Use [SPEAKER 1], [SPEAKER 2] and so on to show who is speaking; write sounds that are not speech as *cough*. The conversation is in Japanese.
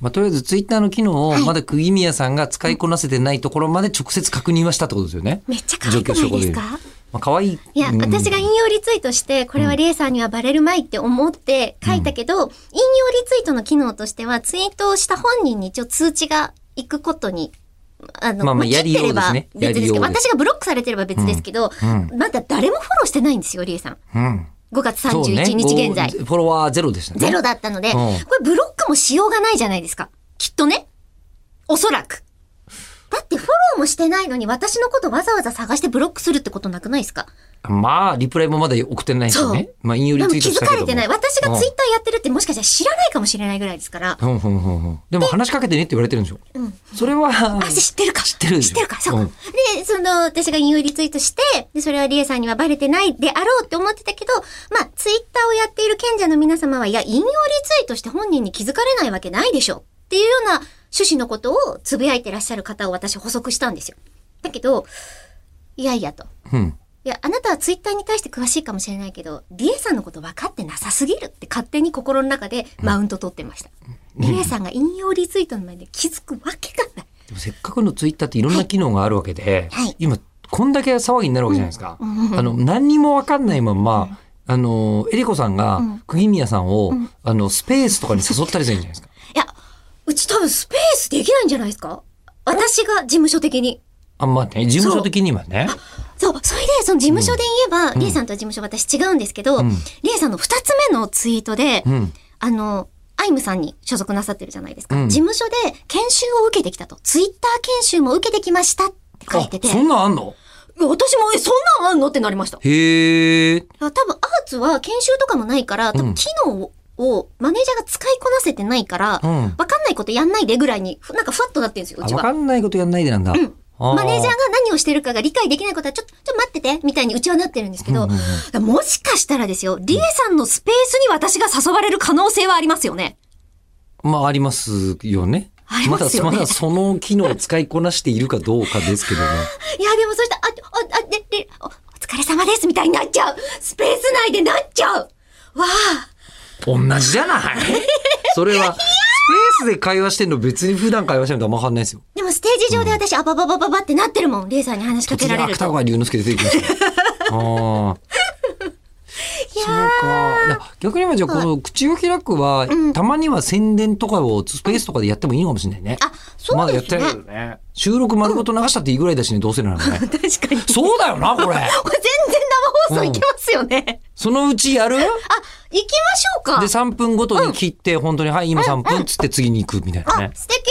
[SPEAKER 1] まあ、とりあえずツイッターの機能をまだ釘宮さんが使いこなせてないところまで直接確認はしたってことですよね。
[SPEAKER 2] めっちゃ可愛くないです
[SPEAKER 1] 状況証拠
[SPEAKER 2] か
[SPEAKER 1] まあ、可愛い。
[SPEAKER 2] いや、
[SPEAKER 1] うん
[SPEAKER 2] 私が引用リツイートして、これはリエさんにはバレるまいって思って書いたけど、引用リツイートの機能としては、ツイートをした本人に一応通知が行くことに、あの、
[SPEAKER 1] まあまあ
[SPEAKER 2] 切
[SPEAKER 1] や
[SPEAKER 2] って
[SPEAKER 1] りよ
[SPEAKER 2] れ
[SPEAKER 1] うです
[SPEAKER 2] ば
[SPEAKER 1] ね
[SPEAKER 2] 別ですけど、
[SPEAKER 1] やりようで
[SPEAKER 2] 私
[SPEAKER 1] す
[SPEAKER 2] がブロックされてれば別ですけど、
[SPEAKER 1] うん
[SPEAKER 2] まだ誰もフォローしてないんですよ、リエさん。
[SPEAKER 1] うん。
[SPEAKER 2] 5月
[SPEAKER 1] そうね
[SPEAKER 2] 31日現在。
[SPEAKER 1] フォロワーゼロでしたね。
[SPEAKER 2] ゼロだったので、
[SPEAKER 1] ん
[SPEAKER 2] これブロックもしようがないじゃないですか。きっとね。おそらく。だってフォローもしてないのに私のことわざわざ探してブロックするってことなくないですか
[SPEAKER 1] まあ、リプライもまだ送ってないですよね
[SPEAKER 2] そ。
[SPEAKER 1] まあ、引用
[SPEAKER 2] で
[SPEAKER 1] リ
[SPEAKER 2] も
[SPEAKER 1] ツイートし
[SPEAKER 2] 気づ
[SPEAKER 1] た
[SPEAKER 2] か
[SPEAKER 1] け
[SPEAKER 2] れ
[SPEAKER 1] ども。
[SPEAKER 2] てない。私がツイッ
[SPEAKER 1] ッ
[SPEAKER 2] ターやってるってもしかしたら知らないかもしれないぐらいですから。
[SPEAKER 1] うんうんうんうん。でも話しかけてねって言われてるんでしょ。
[SPEAKER 2] うん
[SPEAKER 1] それは、
[SPEAKER 2] あ、知ってるか。知
[SPEAKER 1] ってるでしょ
[SPEAKER 2] 知ってるか。そう。
[SPEAKER 1] うん
[SPEAKER 2] で、その、私が引用リツイートして、で、それはリエさんにはバレてないであろうって思ってたけど、まあ、ツイッターをやっている賢者の皆様は、いや、引用リツイートして本人に気づかれないわけないでしょ。っていうような趣旨のことをつぶやいてらっしゃる方を私補足したんですよ。だけど、いやいやと。
[SPEAKER 1] うん。
[SPEAKER 2] いや、あなたはツイッターに対して詳しいかもしれないけど、リエさんのこと分かってなさすぎるって勝手に心の中でマウント取ってました。リエさんが引用リツイートの前で気づくわけがない。
[SPEAKER 1] でもせっかくのツイッターっていろんな機能があるわけで、
[SPEAKER 2] はい
[SPEAKER 1] 今、こんだけ騒ぎになるわけじゃないですか。あの、何にもわかんないまんま、あの、えりこさんが、釘宮さんを、あの、スペースとかに誘ったりするんじゃないですか。
[SPEAKER 2] いや、うち多分スペースできないんじゃないですか私が事務所的に。
[SPEAKER 1] あんまあね、事務所的にはね。
[SPEAKER 2] そう、それで、その事務所で言えば、リエさんとは事務所私違うんですけど、
[SPEAKER 1] ん
[SPEAKER 2] リエさんの二つ目のツイートで、
[SPEAKER 1] うん。
[SPEAKER 2] あの、アイムさんに所属なさってるじゃないですか。
[SPEAKER 1] うん
[SPEAKER 2] 事務所で研修を受けてきたと。ツイッター研修も受けてきましたって書いてて。
[SPEAKER 1] あそんなんあんの
[SPEAKER 2] いや私も、え、そんなんあんのってなりました。い
[SPEAKER 1] へえ。
[SPEAKER 2] や多分アーツは研修とかもないから、多
[SPEAKER 1] うん
[SPEAKER 2] 分機能を、マネージャーが使いこなせてないから、
[SPEAKER 1] うん
[SPEAKER 2] わかんないことやんないでぐらいに、ふなんかふわっとなってるんですよ、う
[SPEAKER 1] あ
[SPEAKER 2] ち
[SPEAKER 1] わ
[SPEAKER 2] は。
[SPEAKER 1] かんないことやんないでなんだ。
[SPEAKER 2] うん
[SPEAKER 1] あ
[SPEAKER 2] マネージャーが何をしてるかが理解できないことは、ちょっと、ちょっと待ってて、みたいにうちはなってるんですけど、
[SPEAKER 1] うんうん
[SPEAKER 2] もしかしたらですよ、リエさんのスペースに私が誘われる可能性はありますよね。
[SPEAKER 1] まあ、ありますよね。
[SPEAKER 2] ありますよね
[SPEAKER 1] だ、まだその機能を使いこなしているかどうかですけどね。
[SPEAKER 2] いや、でもそしたら、あ、あ、あ、で、で、おお疲れ様です、みたいになっちゃう。スペース内でなっちゃう。わあ。
[SPEAKER 1] 同じじ
[SPEAKER 2] *laughs*
[SPEAKER 1] ゃないそれは、スペースで会話してんの別に普段会話してるのとあんま変わんないですよ。
[SPEAKER 2] でもステージ上で私、あばばばばばってなってるもん。レイさんに話しか
[SPEAKER 1] 突
[SPEAKER 2] けら
[SPEAKER 1] 然
[SPEAKER 2] れる
[SPEAKER 1] 芥
[SPEAKER 2] と。
[SPEAKER 1] 川龍之介出てきま
[SPEAKER 2] *laughs*
[SPEAKER 1] したよ。ああ。そうか。だから逆に言えばじゃあ、この口を開くは、たまには宣伝とかをスペースとかでやってもいいのかもしれないね。
[SPEAKER 2] あ、そうですね。
[SPEAKER 1] まだやってないよね。収録丸ごと流したっていいぐらいだしね、どうせならね。
[SPEAKER 2] 確かに。
[SPEAKER 1] そうだよな、これ。
[SPEAKER 2] これ全然生放送いけますよね。
[SPEAKER 1] そのうちやる
[SPEAKER 2] あ、行きましょうか。
[SPEAKER 1] で、3分ごとに切って、本当に、はい、今3分っつって次に行くみたいな
[SPEAKER 2] あ
[SPEAKER 1] ね、。
[SPEAKER 2] 素敵